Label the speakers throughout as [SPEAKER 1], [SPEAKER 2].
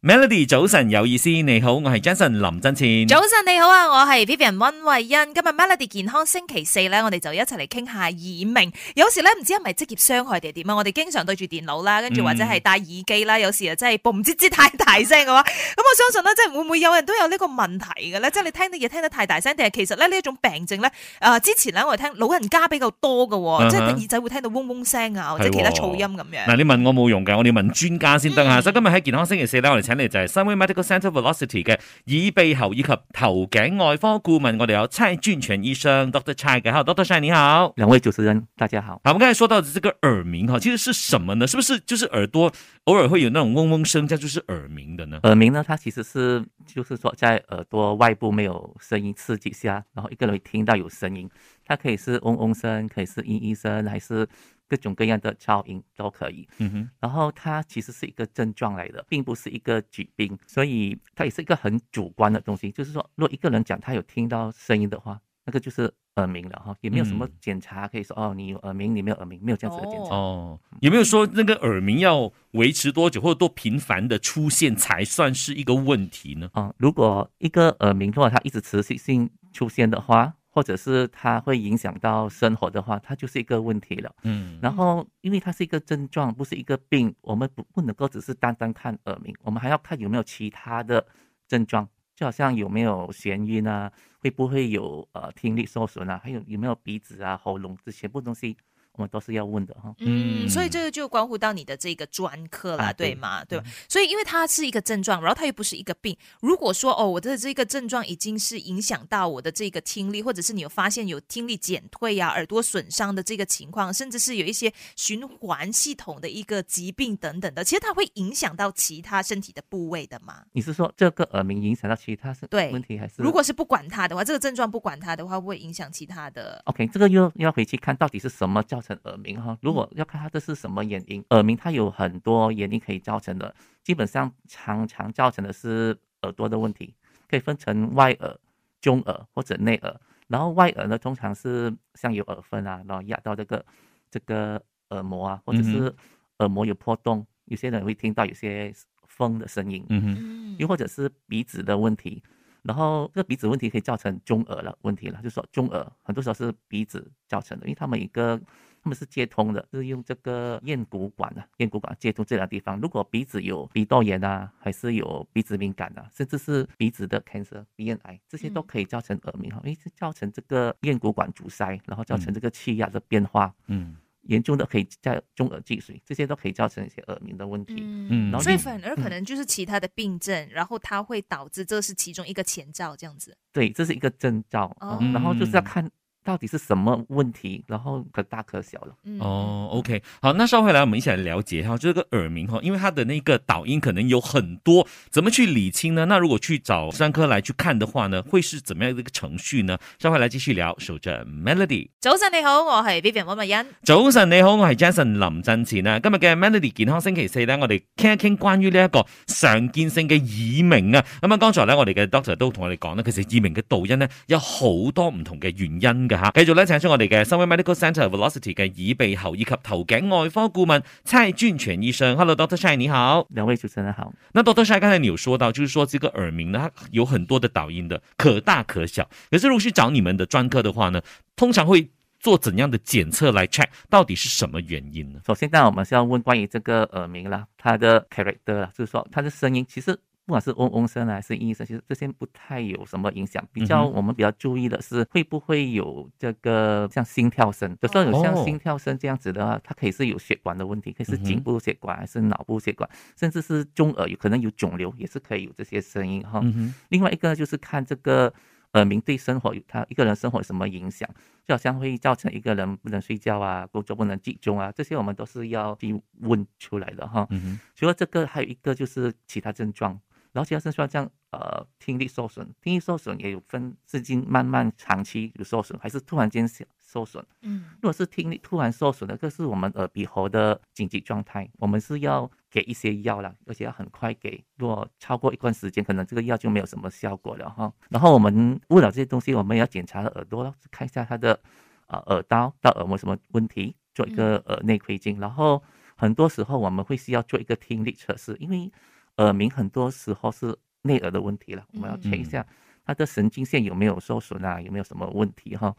[SPEAKER 1] Melody 早晨有意思，你好，我係 Jason 林真前。
[SPEAKER 2] 早晨你好啊，我係 Vivian 温慧欣。今日 Melody 健康星期四咧，我哋就一齊嚟傾下耳鳴。有時咧唔知係咪職業傷害定係點啊？我哋經常對住電腦啦，
[SPEAKER 1] 嗯
[SPEAKER 2] 跟住或者係戴耳機啦，有時啊真係嘣吱吱太大聲嘅話，咁我相信咧，即係會唔會有人都有呢個問題嘅咧？即係你聽啲嘢聽得太大聲，定係其實咧呢一種病症咧？誒、之前咧我哋聽老人家比較多嘅喎，
[SPEAKER 1] 嗯哼
[SPEAKER 2] 即係耳仔會聽到嗡嗡聲啊，或者其他噪音咁樣。
[SPEAKER 1] 嗱，你問我冇用嘅，我哋問專家先得啊！
[SPEAKER 2] 嗯
[SPEAKER 1] 所以今日喺健康星期四咧，我哋請嚟就係 Sunway Medical Centre Velocity 嘅耳鼻喉以及頭頸外科顧問，我哋有蔡俊全醫生 Doctor Chai 嘅，好，Doctor Chai 你好。
[SPEAKER 3] 两位主持人，大家好。
[SPEAKER 1] 好，我们刚才说到的这个耳鸣哈，其实是什么呢？是不是就是耳朵偶尔会有那种嗡嗡声，这样就是耳鸣的呢？
[SPEAKER 3] 耳鸣呢，它其实是就是说在耳朵外部没有声音刺激下，然后一个人会听到有声音，它可以是嗡嗡声，可以是嘤嘤声，还是各种各样的噪音都可以。
[SPEAKER 1] 嗯哼，
[SPEAKER 3] 然后它其实是一个症状来的，并不是一个疾病，所以它也是一个很主观的东西。就是说，如果一个人讲他有听到声音的话，那个就是耳鸣了哈，也没有什么
[SPEAKER 1] 嗯
[SPEAKER 3] 检查可以说、哦，你有耳鸣，你没有耳鸣，没有这样子的检查。
[SPEAKER 1] 哦，有没有说那个耳鸣要维持多久或者多频繁的出现才算是一个问题呢？
[SPEAKER 3] 啊、如果一个耳鸣，如果它一直持续性出现的话，或者是它会呃影响到生活的话，它就是一个问题了。
[SPEAKER 1] 嗯，
[SPEAKER 3] 然后，因为它是一个症状，不是一个病，我们不不能够只是单单看耳鸣，我们还要看有没有其他的症状，就好像有没有眩晕啊，会不会有呃听力受损啊，还有有没有鼻子啊、喉咙这全部东西，我们都是要问的哈。
[SPEAKER 2] 嗯，
[SPEAKER 1] 嗯
[SPEAKER 2] 所以这个就关乎到你的这个专科啦，
[SPEAKER 3] 啊
[SPEAKER 2] 对
[SPEAKER 3] 对
[SPEAKER 2] 吗？对吧？所以因为它是一个症状，然后它又不是一个病。如果说哦，我的这个症状已经是影响到我的这个听力，或者是你有发现有听力减退呀、耳朵损伤的这个情况，甚至是有一些循环系统的一个疾病等等的，其实它会影响到其他身体的部位的嘛。
[SPEAKER 3] 你是说这个耳鸣影响到其他是
[SPEAKER 2] 对
[SPEAKER 3] 问题，还是
[SPEAKER 2] 如果是不管它的话，这个症状不管它的话，会不会影响其他的
[SPEAKER 3] OK，这个又要回去看到底是什么造成耳鸣哈。如果要看它这是什么原因，耳鸣它有很多原因可以造成的，基本上常常造成的是耳朵的问题，可以分成外耳、中耳或者内耳。然后外耳呢，通常是像有耳分啊，然后压到这个这个耳膜啊，或者是耳膜有破洞，有些人会听到有些风的声音。
[SPEAKER 1] 嗯哼。
[SPEAKER 2] 嗯
[SPEAKER 3] 又或者是鼻子的问题。然后这个鼻子问题可以造成中耳了问题了，就是说中耳很多时候是鼻子造成的，因为他们一个他们是接通的，是用这个咽骨管啊，咽骨管接通这两个地方。如果鼻子有鼻窦炎啊，还是有鼻子敏感啊，甚至是鼻子的 cancer 鼻咽癌，这些都
[SPEAKER 2] 嗯
[SPEAKER 3] 可以造成耳鸣哈，因为这造成这个咽骨管阻塞，然后造
[SPEAKER 1] 嗯
[SPEAKER 3] 成这个气压的变化，
[SPEAKER 1] 嗯
[SPEAKER 3] 严重的可以在中耳积水，这些都可以造成一些耳鸣的问题。
[SPEAKER 1] 嗯
[SPEAKER 2] 嗯，
[SPEAKER 1] 然后
[SPEAKER 2] 所以
[SPEAKER 1] 你
[SPEAKER 2] 反而可能就是其他的病症，然后它会导致这是其中一个前兆，这样子。
[SPEAKER 3] 对，这是一个征兆、
[SPEAKER 2] 哦
[SPEAKER 3] 嗯然后就是要
[SPEAKER 1] 嗯
[SPEAKER 3] 看到底是什么问题，然后可大可小了。
[SPEAKER 2] 嗯，
[SPEAKER 1] 哦，OK，好，那稍后来我们一起来了解哈，就这个耳鸣哈，因为它的那个导音可能有很多，怎么去理清呢？那如果去找专科来去看的话呢，会是怎么样的一个程序呢？稍后来继续聊，守着 Melody。
[SPEAKER 2] 早晨你好，我系 Vivian 温慧欣。
[SPEAKER 1] 早晨你好，我系 Jason 林振前啊。今日嘅 Melody 健康星期四呢，我哋傾一傾關於呢一個常見性嘅耳鳴啊。咁啊，剛才呢，我哋嘅 Doctor 都同我哋講啦，其實耳鳴嘅導因呢，有好多唔同嘅原因㗎吓。繼續咧請出我哋嘅 s u n w a Medical Centre Velocity 嘅耳鼻喉以及頭頸外科顧問蔡俊全醫生。Hello，Doctor Chai 你好。
[SPEAKER 3] 两位主持人好，
[SPEAKER 1] 那 Doctor Chai 剛才你有說到，就是說這個耳鳴呢，它有很多的導因的，可大可小。可是如果去找你們的專科的話呢，通常會做怎樣的檢測來 check 到底是什麼原因呢？
[SPEAKER 3] 首先当然我们是要问关于这个耳鸣啦，它的 character 啦，就是说它的声音，其实不管是嗡嗡声啊还是嘤嘤声，其实这些不太有什么影响。比较
[SPEAKER 1] 嗯
[SPEAKER 3] 我们比较注意的是会不会有这个像心跳声，有时候有像
[SPEAKER 1] 哦
[SPEAKER 3] 心跳声这样子的话，它可以是有血管的问题，可以是
[SPEAKER 1] 嗯哼
[SPEAKER 3] 颈部血管还是脑部血管，甚至是中耳有可能有肿瘤，也是可以有这些声音哈。
[SPEAKER 1] 嗯哼，
[SPEAKER 3] 另外一个呢就是看这个耳鸣对生活有他一个人生活有什么影响，就好像会造成一个人不能睡觉啊，工作不能集中啊，这些我们都是要去问出来的哈。
[SPEAKER 1] 嗯哼，
[SPEAKER 3] 除了这个，还有一个就是其他症状，然后其他症状像呃听力受损，听力受损也有分是经慢慢长期有受损，还是突然间小受损。
[SPEAKER 2] 嗯
[SPEAKER 3] 如果是听力突然受损的，这是我们耳鼻喉的紧急状态，我们是要给一些药啦，而且要很快给。如果超过一段时间，可能这个药就没有什么效果了哈。然后我们为了这些东西，我们也要检查耳朵咯，看一下它的啊、呃、耳道到耳膜什么问题，做一个耳内窥镜。然后很多时候我们会需要做一个听力测试，因为耳鸣很多时候是内耳的问题了，我
[SPEAKER 2] 嗯
[SPEAKER 3] 们要 check 一下它的神经线有没有受损啊，有没有什么问题哈。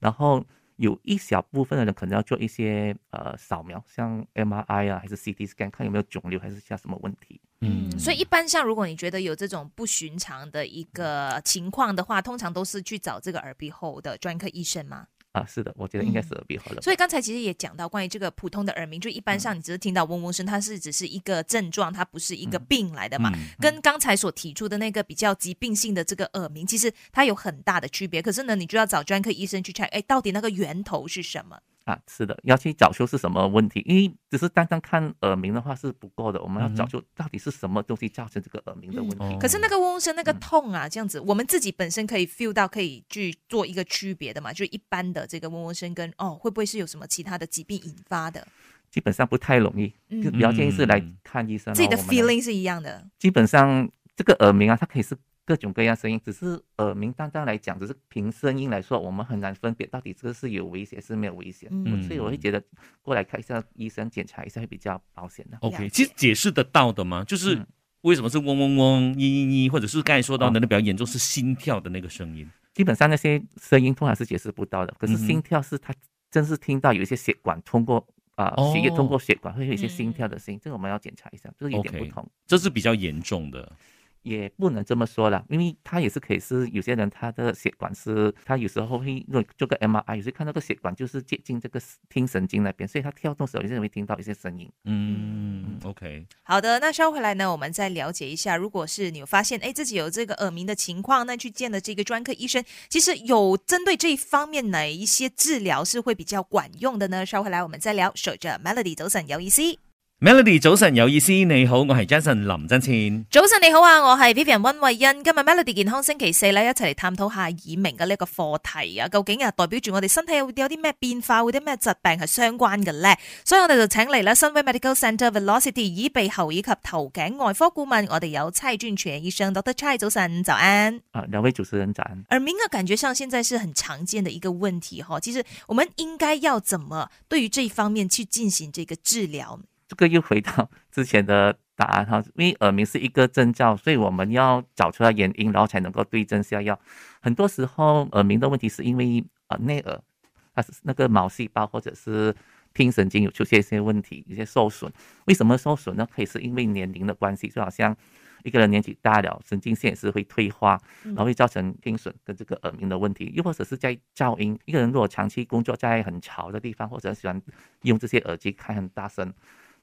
[SPEAKER 3] 然后有一小部分的人可能要做一些呃扫描，像 MRI 啊，还是 CT scan，看有没有肿瘤，还是像什么问题。
[SPEAKER 2] 嗯，所以一般像如果你觉得有这种不寻常的一个情况的话，通常都是去找这个耳鼻喉的专科医生嘛。
[SPEAKER 3] 啊，是的，我觉得应该是耳鼻喉的吧。
[SPEAKER 2] 嗯所以刚才其实也讲到关于这个普通的耳鸣，就一般上你只是听到嗡嗡声，它是只是一个症状，它不是一个病来的嘛。
[SPEAKER 1] 嗯
[SPEAKER 2] 跟刚才所提出的那个比较疾病性的这个呃耳鸣，其实它有很大的区别。可是呢，你就要找专科医生去 check，哎，到底那个源头是什么？
[SPEAKER 3] 啊，是的，要去找出是什么问题，因为只是单单看耳鸣的话是不够的，我们要找
[SPEAKER 1] 嗯哼
[SPEAKER 3] 出到底是什么东西造成这个耳鸣的问题。
[SPEAKER 1] 哦
[SPEAKER 2] 可是那个嗡嗡声、那个痛啊，这样子，我们自己本身可以 feel 到，可以去做一个区别的嘛？就一般的这个嗡嗡声跟哦，会不会是有什么其他的疾病引发的？嗯
[SPEAKER 3] 基本上不太容易，就比较建议是来
[SPEAKER 1] 嗯
[SPEAKER 3] 看医生咯。
[SPEAKER 2] 自己的
[SPEAKER 3] 我们来
[SPEAKER 2] feeling 是一样的。
[SPEAKER 3] 基本上这个耳鸣啊，它可以是各种各样声音，只是耳鸣单单来讲，只是凭声音来说，我们很难分别到底这个是有危险是没有危险。
[SPEAKER 2] 嗯
[SPEAKER 3] 所以我会觉得过来看一下医生，检查一下会比较保险的。
[SPEAKER 1] OK，
[SPEAKER 2] 了解
[SPEAKER 1] 其实解释得到的嘛，就是
[SPEAKER 3] 嗯
[SPEAKER 1] 为什么是嗡嗡嗡、嘤嘤嘤，或者是刚才说到
[SPEAKER 2] 哦
[SPEAKER 1] 的那比较严重是心跳的那个声音。
[SPEAKER 3] 基本上那些声音通常是解释不到的，可是
[SPEAKER 1] 嗯哼
[SPEAKER 3] 心跳是他真是听到有一些血管通过啊、
[SPEAKER 1] 哦
[SPEAKER 3] 血液通过血管会有一些心跳的声音，这个我们要检查一下，这是有点
[SPEAKER 1] OK
[SPEAKER 3] 不同。
[SPEAKER 1] 这是比较严重的，
[SPEAKER 3] 也不能这么说啦，因为他也是可以是有些人他的血管是，他有时候会做做个 MRI，有时候看到个血管就是接近这个听神经那边，所以他跳动的时候有些人会听到一些声音。
[SPEAKER 1] 嗯，OK，
[SPEAKER 2] 好的，那稍回来呢，我们再了解一下，如果是你有发现，哎，自己有这个耳鸣的情况，那去见了这个专科医生，其实有针对这一方面哪一些治疗是会比较管用的呢？稍回来我们再聊。守着 Melody 早晨有意思，
[SPEAKER 1] Melody 早晨有意思，你好，我系 Jason 林真千。
[SPEAKER 2] 早晨你好啊，我係 Vivian 温慧欣，今日 Melody 健康星期四咧，一齊嚟探討下耳鳴嘅呢一個課題啊，究竟啊代表住我哋身體有有啲咩變化，會啲咩疾病係相關嘅咧？所以我哋就請嚟啦，新威 Medical Center Velocity 耳鼻喉以及頭頸外科顧問，我哋有蔡俊全醫生 Dr. Chai 早晨，早安。
[SPEAKER 3] 啊，两位主持人早安。
[SPEAKER 2] 耳鸣啊，感觉上现在是很常见的一个问题哈。其实我们应该要怎么对于这一方面去进行这个治疗？
[SPEAKER 3] 这个又回到之前的答案哈，因为耳鸣是一个征兆，所以我们要找出来原因，然后才能够对症下药。很多时候耳鸣的问题是因为呃内耳，它是那个毛细胞或者是听神经有出现一些问题，有些受损。为什么受损呢？可以是因为年龄的关系，就好像一个人年纪大了，神经线也是会退化，然后会造成听损跟这个耳鸣的问题。又或者是在噪音，一个人如果长期工作在很吵的地方，或者喜欢用这些耳机开很大声，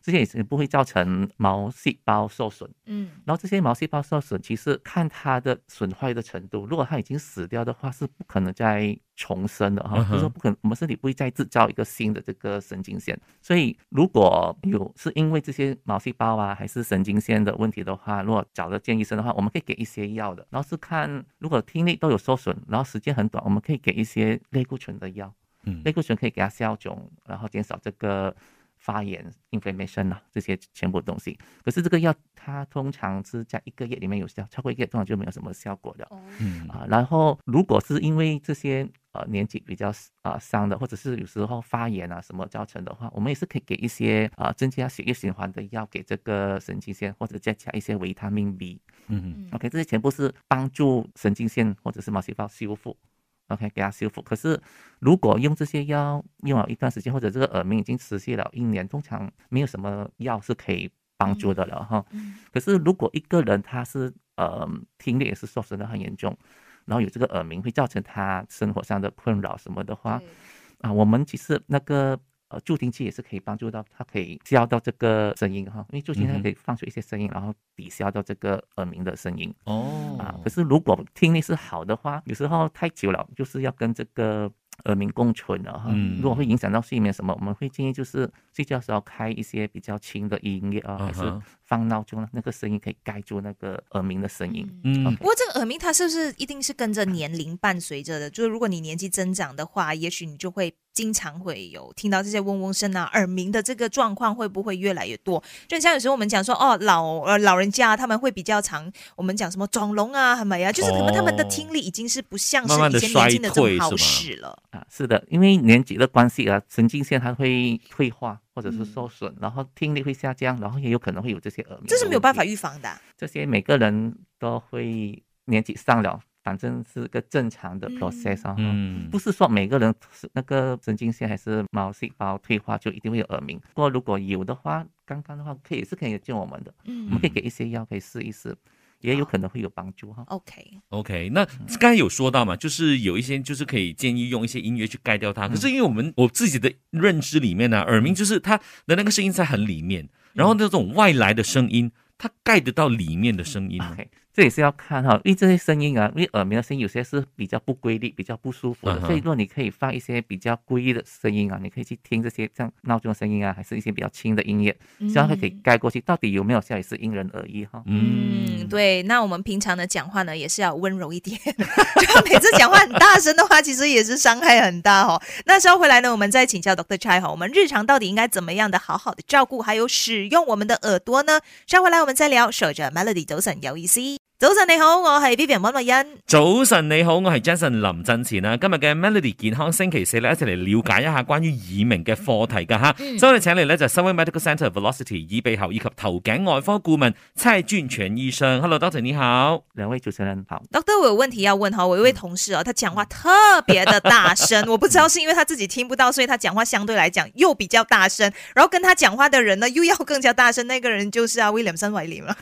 [SPEAKER 3] 这些也是不会造成毛细胞受损。
[SPEAKER 2] 嗯
[SPEAKER 3] 然后这些毛细胞受损，其实看它的损坏的程度，如果它已经死掉的话，是不可能再重生的哈，
[SPEAKER 1] 嗯哼
[SPEAKER 3] 就是说不可能，我们身体不会再制造一个新的这个神经线。所以如果有是因为这些毛细胞啊，还是神经线的问题的话，如果找得见医生的话，我们可以给一些药的。然后是看如果听力都有受损，然后时间很短，我们可以给一些类固醇的药。
[SPEAKER 1] 嗯
[SPEAKER 3] 类固醇可以给它消肿，然后减少这个发炎 inflammation 啊，这些全部东西。可是这个药它通常是在一个月里面有效，超过一个月通常就没有什么效果的
[SPEAKER 2] 哦，
[SPEAKER 1] 嗯
[SPEAKER 3] 啊。然后如果是因为这些呃年纪比较啊、伤的，或者是有时候发炎啊什么造成的话，我们也是可以给一些啊、增加血液循环的药给这个神经线，或者再加一些维他命 B。
[SPEAKER 1] 嗯
[SPEAKER 3] OK，这些全部是帮助神经线或者是毛细胞修复。OK，给它修复。可是如果用这些药用了一段时间，或者这个耳鸣已经持续了一年，通常没有什么药是可以帮助的了哈。
[SPEAKER 2] 嗯
[SPEAKER 3] 可是如果一个人他是呃听力也是受损的很严重，然后有这个耳鸣会造成他生活上的困扰什么的话，啊，我们其实那个呃助听器也是可以帮助到，它可以消到这个声音哈，因为助听
[SPEAKER 1] 嗯
[SPEAKER 3] 它
[SPEAKER 1] 哼
[SPEAKER 3] 可以放出一些声音，然后抵消到这个耳鸣的声音
[SPEAKER 1] 哦
[SPEAKER 3] 啊。
[SPEAKER 2] 嗯
[SPEAKER 3] 可是如果听力是好的话，有时候太久了，就是要跟这个。呃耳鸣共存了哈，
[SPEAKER 1] 嗯
[SPEAKER 3] 如果会影响到睡眠什么，我们会建议就是睡觉的时候开一些比较轻的音乐啊，还
[SPEAKER 1] 嗯
[SPEAKER 3] 是
[SPEAKER 1] 哼
[SPEAKER 3] 放闹钟，那个声音可以盖住那个耳鸣的声音。
[SPEAKER 1] 嗯
[SPEAKER 3] OK
[SPEAKER 2] 不过这个耳鸣它是不是一定是跟着年龄伴随着的？就是如果你年纪增长的话，也许你就会经常会有听到这些嗡嗡声啊，耳鸣的这个状况会不会越来越多？就很像有时候我们讲说哦，老呃老人家他们会比较常，我们讲什么装聋啊，什么呀，就是可能他们的
[SPEAKER 1] 哦
[SPEAKER 2] 听力已经是不像
[SPEAKER 1] 慢慢
[SPEAKER 2] 是
[SPEAKER 1] 地
[SPEAKER 2] 以前年轻的这
[SPEAKER 1] 衰退
[SPEAKER 2] 么
[SPEAKER 1] 是
[SPEAKER 2] 好
[SPEAKER 1] 吗
[SPEAKER 2] 使了。
[SPEAKER 3] 啊，是的，因为年纪的关系啊，神经线它会退化或或者是受损，然后听力会下降，然后也有可能会有这些耳鸣。
[SPEAKER 2] 这是没有办法，预防的啊。
[SPEAKER 3] 这些每个人都会年纪上了，反正是个正常的
[SPEAKER 2] 嗯
[SPEAKER 3] process 啊。
[SPEAKER 1] 嗯，
[SPEAKER 3] 不是说每个人是那个神经线还是毛细胞退化就一定会有耳鸣。不过如果有的话，刚刚的话可以是可以救我们的，我们
[SPEAKER 2] 嗯
[SPEAKER 3] 可以给一些药可以试一试，也有可能会有帮助哈。
[SPEAKER 2] ，OK，
[SPEAKER 1] OK，那
[SPEAKER 3] 嗯
[SPEAKER 1] 刚才有说到嘛，就是有一些就是可以建议用一些音乐去盖掉它。可是
[SPEAKER 3] 嗯
[SPEAKER 1] 因为我们我自己的认知里面呢、耳鸣就是它的那个声音在很里面，然
[SPEAKER 3] 嗯
[SPEAKER 1] 后那种外来的声音，它盖得到里面的声音啊吗。
[SPEAKER 3] OK，这也是要看哈，因为这些声音啊，因为耳鸣的声音有些是比较不规律、比较不舒服的，
[SPEAKER 1] 嗯哼
[SPEAKER 3] 所以如果你可以放一些比较规律的声音啊，你可以去听这些像闹钟的声音啊，还是一些比较轻的音乐，这样它可以盖过去。到底有没有效也是因人而异哈。
[SPEAKER 2] 嗯，对，那我们平常的讲话呢，也是要温柔一点， 就每次讲话很大声的话，其实也是伤害很大哦。那稍回来呢，我们再请教 Dr. Chai 哈，我们日常到底应该怎么样的好好的照顾，还有使用我们的耳朵呢？稍回来我们再聊。守着 Melody 早晨有意思，早晨你好，我系 Vivian 温慧欣。
[SPEAKER 1] 早晨你好，我系 Jason 林振前啊。今日嘅 Melody 健康星期四咧，一齊嚟了解一下關於耳鳴嘅課題噶吓。
[SPEAKER 3] 嗯
[SPEAKER 1] 所以我哋請嚟咧就 s u n Medical Center Velocity 耳鼻喉以及頭頸外科顧問蔡俊全醫生。Hello，Doctor 你好。
[SPEAKER 3] 两位主持人好。
[SPEAKER 2] Doctor，我有问题要问哈，我有一位同事哦，他讲话特别的大 声，我不知道是因为他自己听不到，所以他讲话相对来讲又比较大声，然后跟他讲话的人呢又要更加大声，那个人就是啊威廉森维 林了。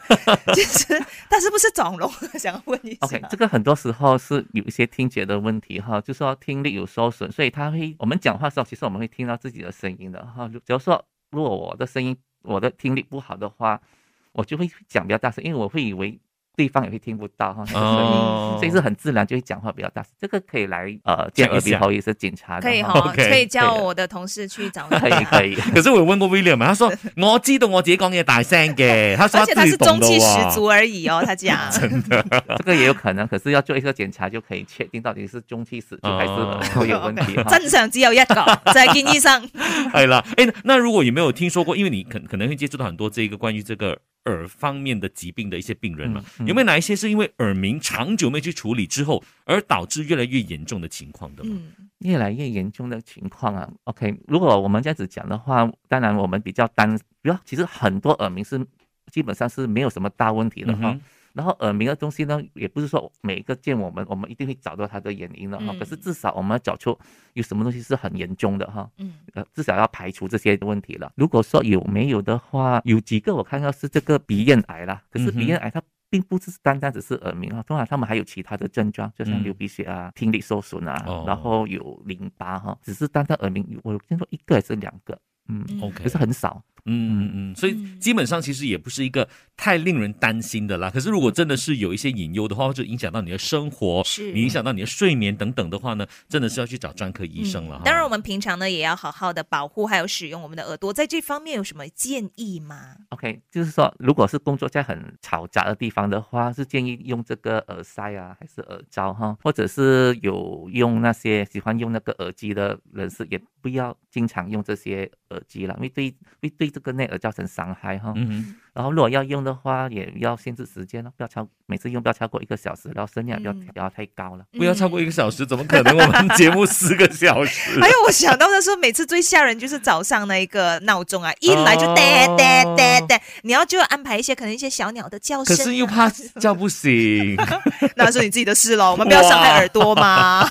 [SPEAKER 2] 其实他是不是整容？想要问一下。
[SPEAKER 3] OK，这个很多时候是有一些听觉的问题哈，就说听力有受损，所以他会我们讲话的时候，其实我们会听到自己的声音的哈。如假如说如果我的声音我的听力不好的话，我就会讲比较大声，因为我会以为对方也会听不到哈那个声音，
[SPEAKER 1] 哦
[SPEAKER 3] 所以是很自然就会讲话比较大声。这个可以来呃见
[SPEAKER 1] Check
[SPEAKER 3] 耳
[SPEAKER 1] 一
[SPEAKER 3] 鼻
[SPEAKER 1] 下
[SPEAKER 3] 喉也是检查的
[SPEAKER 2] 可以
[SPEAKER 3] 哈，
[SPEAKER 2] 哈，
[SPEAKER 1] OK，
[SPEAKER 2] 可以叫
[SPEAKER 3] 可以的
[SPEAKER 2] 我的同事去找
[SPEAKER 3] 可以可以。
[SPEAKER 1] 可是我有问过 William，他说我知道我自己讲嘢大声嘅，他说
[SPEAKER 2] 而且他
[SPEAKER 1] 自己
[SPEAKER 2] 是
[SPEAKER 1] 懂
[SPEAKER 2] 中
[SPEAKER 1] 的啊
[SPEAKER 2] 气十
[SPEAKER 1] 喎。
[SPEAKER 2] 足而已哦，他讲。
[SPEAKER 3] 这个也有可能，可是要做一个检查就可以确定到底是中气死就还是
[SPEAKER 1] 哦
[SPEAKER 3] 耳朵有问题 哈。
[SPEAKER 2] 真相只有一 个，就系见医生。
[SPEAKER 1] 哎啦，哎，那如果有没有听说过？因为你可可能会接触到很多这个关于这个耳方面的疾病的一些病人嘛，
[SPEAKER 3] 嗯嗯
[SPEAKER 1] 有没有哪一些是因为耳鸣长久没去处理之后，而导致越来越严重的情况的嘛？
[SPEAKER 2] 嗯
[SPEAKER 3] 越来越严重的情况啊。OK，如果我们这样子讲的话，当然我们比较担，主要其实很多耳鸣是基本上是没有什么大问题的
[SPEAKER 1] 嗯
[SPEAKER 3] 哈。
[SPEAKER 1] 哼
[SPEAKER 3] 然后耳鸣的东西呢，也不是说每一个见我们，我们一定会找到它的原因的哈。
[SPEAKER 2] 嗯
[SPEAKER 3] 可是至少我们要找出有什么东西是很严重的哈。
[SPEAKER 2] 嗯，
[SPEAKER 3] 呃，至少要排除这些问题了。如果说有没有的话，有几个我看到是这个鼻咽癌啦，可是
[SPEAKER 1] 嗯哼
[SPEAKER 3] 鼻咽癌它并不是单单只是耳鸣啊，通常他们还有其他的症状，就像
[SPEAKER 1] 嗯
[SPEAKER 3] 流鼻血啊、听力受损啊，
[SPEAKER 1] 哦
[SPEAKER 3] 然后有淋巴哈，只是单单耳鸣，我有见过一个还是两个，嗯，
[SPEAKER 2] 嗯
[SPEAKER 1] OK
[SPEAKER 3] 可是很少。
[SPEAKER 1] 嗯嗯嗯，所以基本上其实也不是一个太令人担心的啦。可是如果真的是有一些隐忧的话，或者影响到你的生活，
[SPEAKER 2] 是
[SPEAKER 1] 你影响到你的睡眠等等的话呢，真的是要去找专科医生了哈。
[SPEAKER 2] 嗯当然，我们平常呢也要好好的保护还有使用我们的耳朵，在这方面有什么建议吗？
[SPEAKER 3] OK，就是说，如果是工作在很嘈杂的地方的话，是建议用这个耳塞啊，还是耳罩哈，或者是有用那些喜欢用那个耳机的人士，也不要经常用这些耳机了，因为对会对这个内耳造成伤害哈。
[SPEAKER 1] 嗯哼。
[SPEAKER 3] 然后如果要用的话，也要限制时间了，不要超每次用不要超过一个小时，然后声量也不要、
[SPEAKER 2] 嗯
[SPEAKER 3] 不要太高了。
[SPEAKER 1] 不要超过一个小时，怎么可能？我们节目四个小时
[SPEAKER 2] 还。有嗯哎我想到的是，每次最吓人就是早上那一个闹钟啊，一来就
[SPEAKER 1] 哦
[SPEAKER 2] 哒哒哒哒，你要就要安排一些可能一些小鸟的叫
[SPEAKER 1] 可
[SPEAKER 2] 声，
[SPEAKER 1] 是又怕叫不醒。
[SPEAKER 2] 那是你自己的事了，我们不要伤害耳朵 嘛。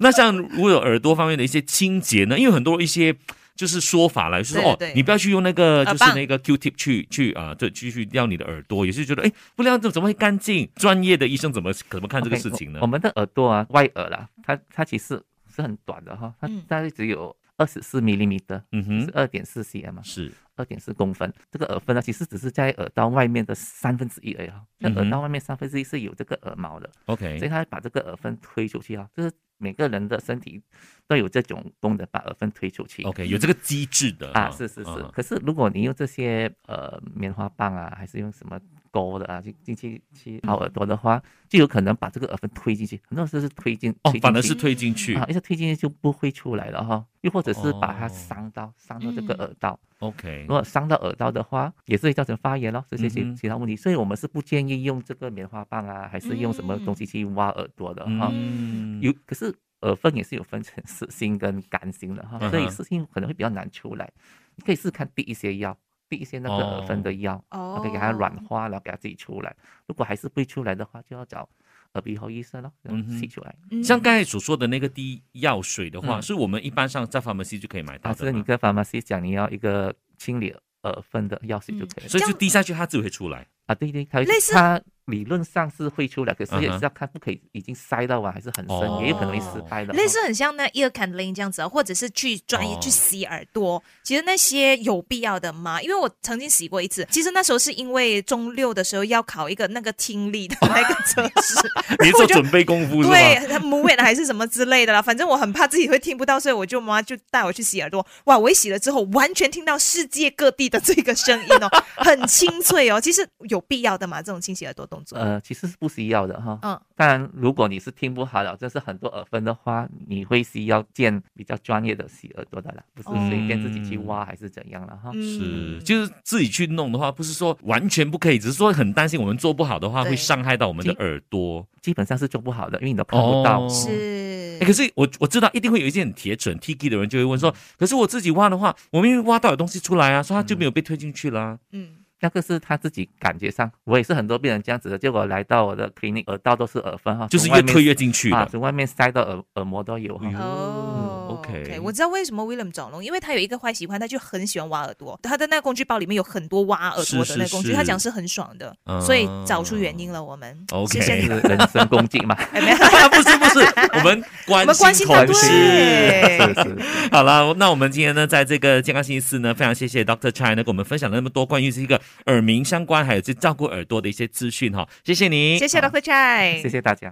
[SPEAKER 1] 那像如果有耳朵方面的一些清洁呢？因为很多一些就是说法来说，
[SPEAKER 2] 对
[SPEAKER 1] 哦
[SPEAKER 2] 对，
[SPEAKER 1] 你不要去用那个
[SPEAKER 2] 耳
[SPEAKER 1] 就是
[SPEAKER 2] 棒
[SPEAKER 1] 那个 Q tip 去去啊，对，去去掉你的耳朵，也是觉得哎，不料怎么会干净？专业的医生怎么怎么看这个
[SPEAKER 3] OK，
[SPEAKER 1] 事
[SPEAKER 3] 我
[SPEAKER 1] 情呢
[SPEAKER 3] 我？们的耳朵啊，外耳啦，它它其实是很短的哈，它
[SPEAKER 2] 嗯
[SPEAKER 3] 大概只有二十四 m 米的，
[SPEAKER 1] 嗯
[SPEAKER 3] 是
[SPEAKER 1] 哼，
[SPEAKER 3] 二点四 cm 啊嘛。
[SPEAKER 1] 是
[SPEAKER 3] 二点四公分，这个耳分呢，啊其实只是在耳道外面的三分之一而已哈。在
[SPEAKER 1] 嗯哼
[SPEAKER 3] 耳道外面三分之一是有这个耳毛的，所以
[SPEAKER 1] OK，
[SPEAKER 3] 它把这个耳分推出去啊。就是每个人的身体都有这种功能，把耳分推出去。
[SPEAKER 1] OK，有这个机制的
[SPEAKER 3] 啊，是是是。
[SPEAKER 1] 啊
[SPEAKER 3] 可是如果你用这些呃棉花棒啊，还是用什么钩的啊，去进去去掏耳朵的话，就有可能把这个耳分推进去。很多时候是推进，
[SPEAKER 1] 哦
[SPEAKER 3] 推，进
[SPEAKER 1] 反而
[SPEAKER 3] 去
[SPEAKER 1] 是推进去
[SPEAKER 3] 啊，一下推进去就不会出来了哈。又或者是把它
[SPEAKER 1] 哦
[SPEAKER 3] 伤到，伤到这个
[SPEAKER 2] 嗯
[SPEAKER 3] 耳道。
[SPEAKER 1] ，OK
[SPEAKER 3] 如。果伤到耳道的话，也是会造成发炎咯，这些
[SPEAKER 1] 嗯
[SPEAKER 3] 其
[SPEAKER 1] 哼
[SPEAKER 3] 其他问题。所以我们是不建议用这个棉花棒啊，还是用什么东西去挖耳朵的哈。
[SPEAKER 1] 嗯
[SPEAKER 3] 有可是耳粪也是有分成湿性跟干性的哈
[SPEAKER 1] 嗯，哼
[SPEAKER 3] 所以湿性可能会比较难出来。你可以试试看滴一些药，滴一些那个耳
[SPEAKER 1] 哦
[SPEAKER 3] 分的药，
[SPEAKER 2] 哦
[SPEAKER 3] OK，给它软化，然后给它自己出来。如果还是不会出来的话，就要找耳鼻喉医生咯，然
[SPEAKER 1] 嗯
[SPEAKER 3] 后
[SPEAKER 1] 哼
[SPEAKER 3] 吸出来。
[SPEAKER 2] 嗯
[SPEAKER 1] 像刚才所说的那个滴药水的话，
[SPEAKER 3] 嗯
[SPEAKER 1] 是我们一般上在 pharmacy 就可以买到
[SPEAKER 3] 啊，这
[SPEAKER 1] 的
[SPEAKER 3] 个你
[SPEAKER 1] 吗，
[SPEAKER 3] 跟 pharmacist 讲你要一个清理耳分的药水就
[SPEAKER 2] 嗯
[SPEAKER 3] 可以了。
[SPEAKER 1] 所以
[SPEAKER 2] 这
[SPEAKER 1] 就
[SPEAKER 2] 样
[SPEAKER 1] 滴下去它就会出 来。
[SPEAKER 3] 啊，对对，它会
[SPEAKER 2] 类似
[SPEAKER 3] 它理论上是会出来，可是也
[SPEAKER 1] 嗯哼
[SPEAKER 3] 是要看不可以已经塞到啊完还是很深，
[SPEAKER 1] 哦
[SPEAKER 3] 也有可能会失败的。
[SPEAKER 2] 类似很像那 ear candling 这样子啊，或者是去专业
[SPEAKER 1] 哦
[SPEAKER 2] 去洗耳朵，其实那些有必要的吗？因为我曾经洗过一次，其实那时候是因为中六的时候要考一个那个听力的那个测 试，
[SPEAKER 1] 你
[SPEAKER 2] 然后
[SPEAKER 1] 做
[SPEAKER 2] 我就
[SPEAKER 1] 准备功夫是
[SPEAKER 2] 对
[SPEAKER 1] 吗？
[SPEAKER 2] 母语的还是什么之类的啦，反正我很怕自己会听不到，所以我舅妈就带我去洗耳朵。哇，我一洗了之后，完全听到世界各地的这个声音 哦，很清脆哦。其实有必要的嘛，这种清洗耳朵动作。
[SPEAKER 3] 呃，其实是不吸药的哈。
[SPEAKER 1] 呃
[SPEAKER 2] 嗯，
[SPEAKER 3] 当然，如果你是听不好了，这是很多耳分的话，你会需要见比较专业的洗耳朵的啦，不是随便自己
[SPEAKER 1] 嗯
[SPEAKER 3] 去挖还是怎样了哈。
[SPEAKER 1] 是，
[SPEAKER 2] 嗯，
[SPEAKER 1] 就是自己去弄的话，不是说完全不可以，只是说很担心我们做不好的话
[SPEAKER 2] 对
[SPEAKER 1] 会伤害到我们的耳朵。
[SPEAKER 3] 基本上是做不好的，因为你都看啊不到。
[SPEAKER 1] 哦
[SPEAKER 2] 是
[SPEAKER 1] 诶可是我我知道一定会有一些很铁准 T G 的人就会问
[SPEAKER 3] 嗯
[SPEAKER 1] 说，可是我自己挖的话，我明明挖到有东西出来啊，所以它
[SPEAKER 3] 嗯
[SPEAKER 1] 就没有被推进去啦。
[SPEAKER 2] 嗯。
[SPEAKER 3] 那个是他自己感觉上，我也是很多病人这样子的，结果来到我的 clinic，耳道都是耳分哈，
[SPEAKER 1] 就是
[SPEAKER 3] 从外
[SPEAKER 1] 越
[SPEAKER 3] 面
[SPEAKER 1] 推越进去
[SPEAKER 3] 啊，
[SPEAKER 1] 的。
[SPEAKER 3] 从外面塞到耳耳膜都有哈。
[SPEAKER 1] 哎呦
[SPEAKER 2] 哦、
[SPEAKER 1] OK
[SPEAKER 2] 我知道为什么 William 整容，因为他有一个坏习惯，他就很喜欢挖耳朵。他的那个工具包里面有很多挖耳朵
[SPEAKER 1] 是
[SPEAKER 2] 的
[SPEAKER 1] 是
[SPEAKER 2] 那个工具，
[SPEAKER 1] 是
[SPEAKER 2] 他讲是很爽的，
[SPEAKER 1] 嗯
[SPEAKER 2] 所以找出原因了。我们
[SPEAKER 1] OK
[SPEAKER 2] 谢谢
[SPEAKER 3] 是
[SPEAKER 2] 你
[SPEAKER 3] 人身攻击嘛？
[SPEAKER 2] 哎没有
[SPEAKER 1] 啊不是不是，我们
[SPEAKER 2] 我
[SPEAKER 1] 关
[SPEAKER 2] 们关
[SPEAKER 1] 心
[SPEAKER 2] 心
[SPEAKER 1] 同
[SPEAKER 2] 他
[SPEAKER 1] 事。
[SPEAKER 2] 对
[SPEAKER 3] 哦是是 是
[SPEAKER 1] 好了，那我们今天呢，在这个健康星期四呢，非常谢谢 Doctor China 跟我们分享了那么多关于这个耳鸣相关，还有这照顾耳朵的一些资讯哈，谢谢你，
[SPEAKER 2] 谢谢 Doctor Chai，
[SPEAKER 3] 谢谢大家。